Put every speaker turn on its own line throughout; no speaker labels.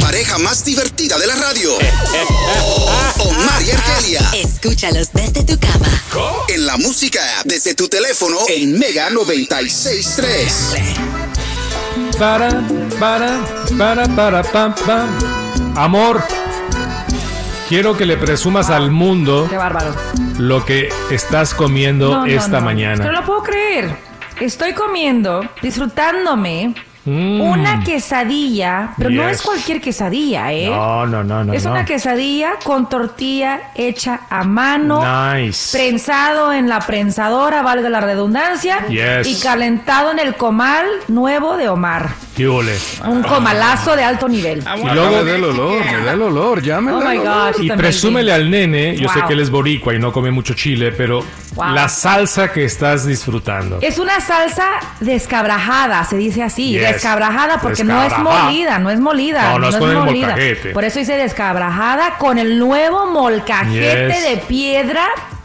pareja más divertida de la radio. Omar y Argelia.
Escúchalos desde tu cama.
En la música, desde tu teléfono, en Mega 96.3.
Para, para, para, para, pam, pam. Amor, quiero que le presumas al mundo
Qué bárbaro.
lo que estás comiendo
No, no,
esta
no.
mañana.
No lo puedo creer. Estoy comiendo, disfrutándome
Mm.
una quesadilla, pero no
Yes.
es cualquier quesadilla, ¿eh?
No, no, no, no.
es
no.
una quesadilla con tortilla hecha a mano.
Nice.
Prensado en la prensadora, valga la redundancia,
Yes.
y calentado en el comal nuevo de Omar.
Qué ole.
Un comalazo de alto nivel.
Ah,
Y luego del olor, me da el olor, ya me
Oh
da
my
el olor.
gosh.
Y
también
presúmele al nene, yo sé
Wow.
que él es boricua y no come mucho chile, pero
Wow.
la salsa que estás disfrutando.
Es una salsa descabrajada, se dice así,
Yes.
descabrajada porque no es
Descabrajada.
molida, no es molida,
No, no es con el
molida.
molcajete.
Por eso dice descabrajada con el nuevo molcajete
Yes.
de piedra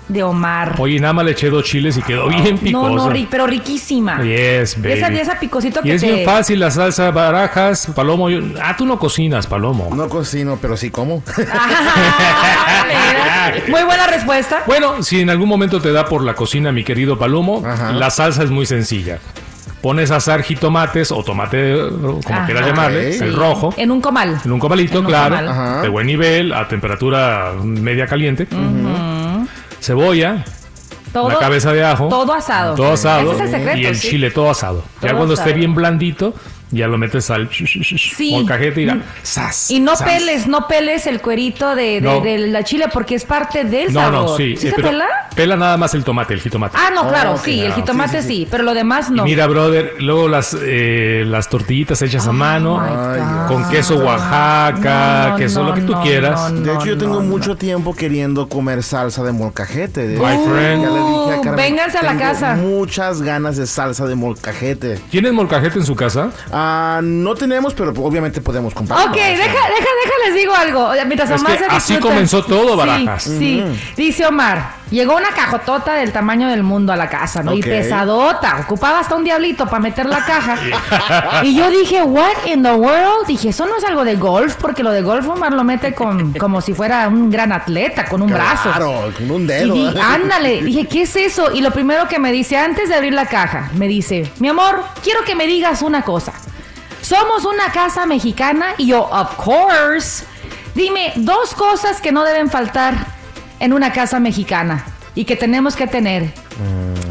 de Omar.
Oye, nada más le eché dos chiles y quedó bien
no,
picosa.
no, ri- pero riquísima.
Yes,
De Esa,
baby.
de esa picosito
Y
que
es
te
bien fácil la salsa barajas, palomo. yo- ah, tú no cocinas, palomo.
No cocino, pero sí como.
Ah, mira. Muy buena respuesta.
Bueno, si en algún momento te da por la cocina, mi querido Palomo,
Ajá.
la salsa es muy sencilla. Pones a asar jitomates o tomate, eh, como
Ajá.
quieras llamarle,
Ok.
el rojo,
En un comal.
en un comalito,
En un
claro,
comal.
Ajá.
de buen nivel, a temperatura media caliente. Cebolla,
Todo,
la cabeza de ajo.
todo asado.
Todo asado.
Ese es el secreto,
y el
sí.
chile todo asado. ya
Todo
cuando
asado.
esté bien blandito, ya lo metes al molcajete y la- ¡zas!
Mm. Y no
¡zas!
peles, no peles el cuerito de, de-
No.
de la chile porque es parte del
No,
sabor.
no, sí. eh,
se
pero
pela?
pela nada más el tomate, el jitomate.
Ah, no,
Oh,
claro,
ok,
sí, el
claro,
jitomate sí,
sí, sí, sí.
pero lo demás
Y
no.
mira, brother, luego las, eh, las tortillitas hechas a mano,
my God.
con queso Oaxaca,
Oh, No, no,
queso,
no,
lo que tú
no,
quieras.
no,
De hecho, yo
no,
tengo
no.
mucho tiempo queriendo comer salsa de molcajete. De
My
hecho,
friend.
ya le dije a
Uh,
Carmen,
vénganse a la
tengo
casa.
Muchas ganas de salsa de molcajete.
¿Tienes molcajete en su casa?
Ah, no tenemos, pero obviamente podemos comprar.
Ok, deja, deja, deja, les digo algo. Mientras
Es
Omar
que
se
así
disfruta-
comenzó todo,
Sí,
Barajas.
Sí, dice Omar, llegó una cajotota del tamaño del mundo a la casa, ¿no?
Ok.
Y pesadota, ocupaba hasta un diablito para meter la caja. y yo dije, what in the world? Dije, eso no es algo de golf, porque lo de golf Omar lo mete con, como si fuera un gran atleta, con un brazo.
Claro, con un
Y
dedo.
di, ándale, dije, ¿qué es eso? Y lo primero que me dice antes de abrir la caja, me dice, mi amor, quiero que me digas una cosa. Somos una casa mexicana y yo, of course. Dime dos cosas que no deben faltar en una casa mexicana y que tenemos que tener.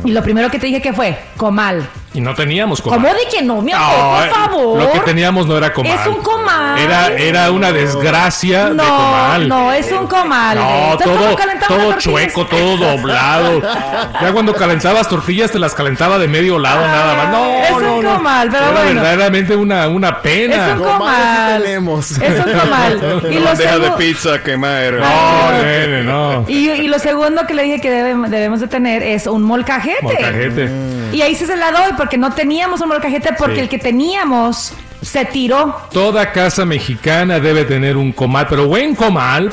Y lo primero que te dije que fue comal.
Y no teníamos Mm. comal.
¿Cómo de que no, mi amor?
No, eh,
por favor.
Lo que teníamos no era comal.
Es un comal.
Era, era una desgracia
no,
de comal.
no, es un comal.
No,
Estás como
todo,
calentando
todo
las tortillas.
chueco, todo doblado. Ya cuando calentabas tortillas te las calentaba de medio lado nada más. No,
es un
no, no.
comal, pero
Era
bueno.
verdaderamente una, una pena.
Es un
Comal
comal.
sí tenemos.
Es un comal. Y lo,
bandeja de
segu-
pizza quemar.
No, nene, no.
y- y lo segundo que le dije que debem- debemos de tener es un molcajete.
Molcajete.
Y ahí sí se la doy porque no teníamos un molcajete porque
Sí.
el que teníamos se tiró.
Toda casa mexicana debe tener un comal, pero buen comal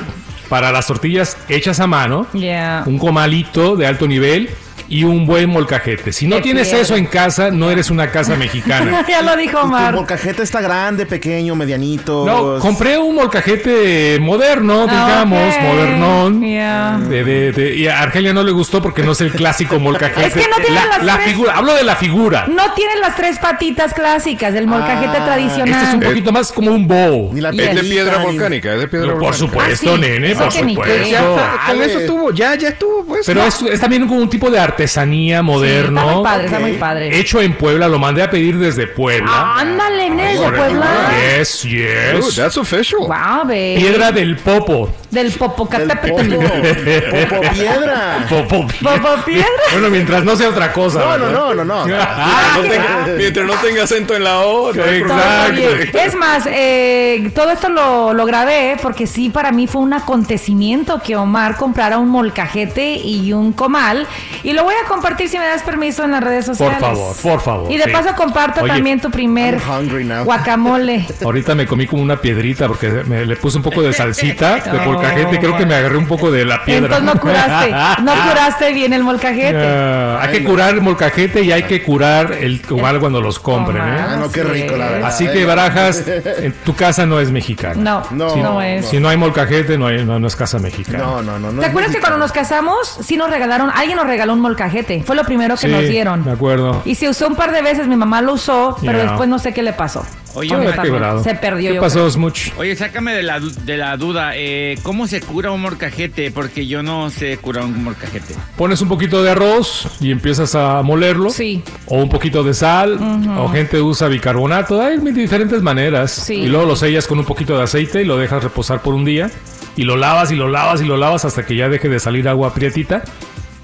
para las tortillas hechas a mano,
Yeah.
un comalito de alto nivel y un buen molcajete. Si no
Qué
tienes
piedra.
eso en casa, no eres una casa mexicana.
ya lo dijo
Y tu
Omar.
molcajete está grande, pequeño, medianito.
No, compré un molcajete moderno, digamos,
Ah, Ok.
modernón.
Yeah.
De- de- de- y a Argelia no le gustó porque no es el clásico molcajete.
Es que no tiene
la,
las
la
tres-
figura, hablo de la figura.
No tiene las tres patitas clásicas del molcajete
Ah,
tradicional.
Este es un poquito más como un bowl.
Ni la
Es
Es de
pelita,
piedra
ni-
volcánica, es de piedra
Por
volcánica.
supuesto,
Ah, sí.
nene,
No,
por
que ni qué.
Ya,
supuesto.
con
Dale.
eso estuvo, ya, ya estuvo, pues.
Pero es, es también como un tipo de artesanía
Sí,
moderno.
está muy padre, está muy padre.
Hecho en Puebla, lo mandé a pedir desde Puebla.
Ándale, Nel, de
Por ejemplo.
Puebla.
Yes,
Dude,
Uh,
yes.
that's official.
Wow, ve.
Piedra del Popo.
Del
Del
Popocatépetl.
popo. Popo piedra.
Popo.
Popo piedra.
Bueno, mientras no sea otra cosa.
Ah. No,
¿verdad?
no, no, no, no.
No tenga- mientras no tenga acento en la O. no hay
Exacto.
Todo
problema.
está bien. Es más, eh, todo esto lo, lo grabé porque sí, para mí fue un acontecimiento que Omar comprara un molcajete y un comal y lo Lo voy a compartir si me das permiso en las redes sociales.
favor, por favor,
Y de
sí.
paso comparto
Oye.
también tu primer
I'm hungry now.
guacamole.
Ahorita me comí como una piedrita porque me, le puse un poco de salsita de
No,
molcajete. Creo que me agarré un poco de la piedra.
Entonces no curaste, no curaste bien el molcajete.
Ah, hay que curar el molcajete y hay que curar el comal cuando los compren.
Ah,
¿eh?
no, qué rico, la verdad.
Así
eh.
que Barajas, en tu casa no es mexicana.
No, no,
No,
es.
Si no hay molcajete, no, hay- no, no es casa mexicana.
No, no, no. no
¿Te
es
acuerdas que cuando
mexicano.
nos casamos, sí nos regalaron, alguien nos regaló un molcajete? Fue lo primero que
Sí,
nos dieron.
me acuerdo.
Y se usó un par de veces, mi mamá lo usó, pero
Ya.
después no sé qué le pasó.
Oye,
Todo
me-
está mal.
Quebrado.
Se perdió.
¿Qué
yo
pasó,
creo.
Smuch?
Oye, sácame de la, du- de la duda. eh, ¿Cómo se cura un morcajete? Porque yo no sé curar un morcajete.
Pones un poquito de arroz y empiezas a molerlo.
Sí.
O un poquito de sal. O gente usa bicarbonato. Hay mil diferentes maneras.
Sí.
Y luego lo sellas con un poquito de aceite y lo dejas reposar por un día. Y lo lavas y lo lavas y lo lavas hasta que ya deje de salir agua prietita.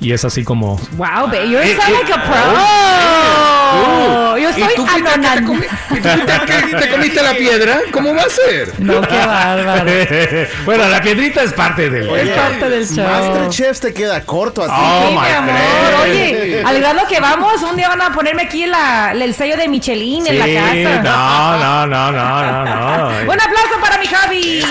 Y es así como...
Wow,
Ah,
babe, you
eh,
sound like a
oh,
pro. Yo
¿Y tú
estoy
fuiste el que te, comi-
anonadando.
y tú te- que te comiste la piedra? ¿Cómo va a ser?
No, qué bárbaro.
bueno, la piedrita es parte del... eh,
Es parte del show.
Masterchef te queda corto a ti.
Oh,
sí, mi
my
amor,
God.
oye, al grado que vamos, un día van a ponerme aquí la- el sello de Michelin en
Sí,
la casa.
no, no, no, no, no, no.
Un aplauso para mi Javi.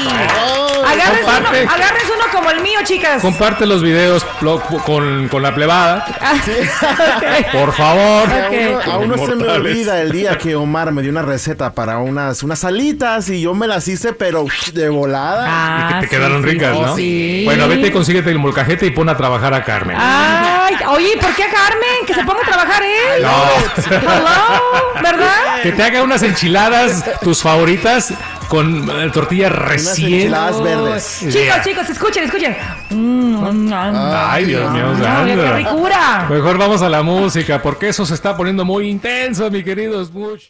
Agarres uno,
comparte.
agarres uno como el mío, chicas.
Comparte los videos plo- con, con la plebada,
Ah, ok.
por favor.
A uno-
Ok.
A uno se me
Inmortales.
olvida el día que Omar me dio una receta para unas, unas alitas y yo me las hice, pero de volada.
Y
Ah,
que te
sí,
quedaron
sí,
ricas,
sí,
¿no?
sí. Ah.
Bueno, vete, consíguete el molcajete y pon a trabajar a Carmen.
Ay, oye, ¿por qué a Carmen? Que se ponga a trabajar él.
No.
Hello, ¿verdad?
Que te haga unas enchiladas, tus favoritas, con eh, tortilla
unas
recién.
enchiladas verdes.
Chicos, chicos, escuchen, escuchen. Mm, mm,
Ay, Dios mío,
mm,
santo.
qué ricura.
Mejor vamos a la música, porque eso se está poniendo muy intenso, mi querido Smush.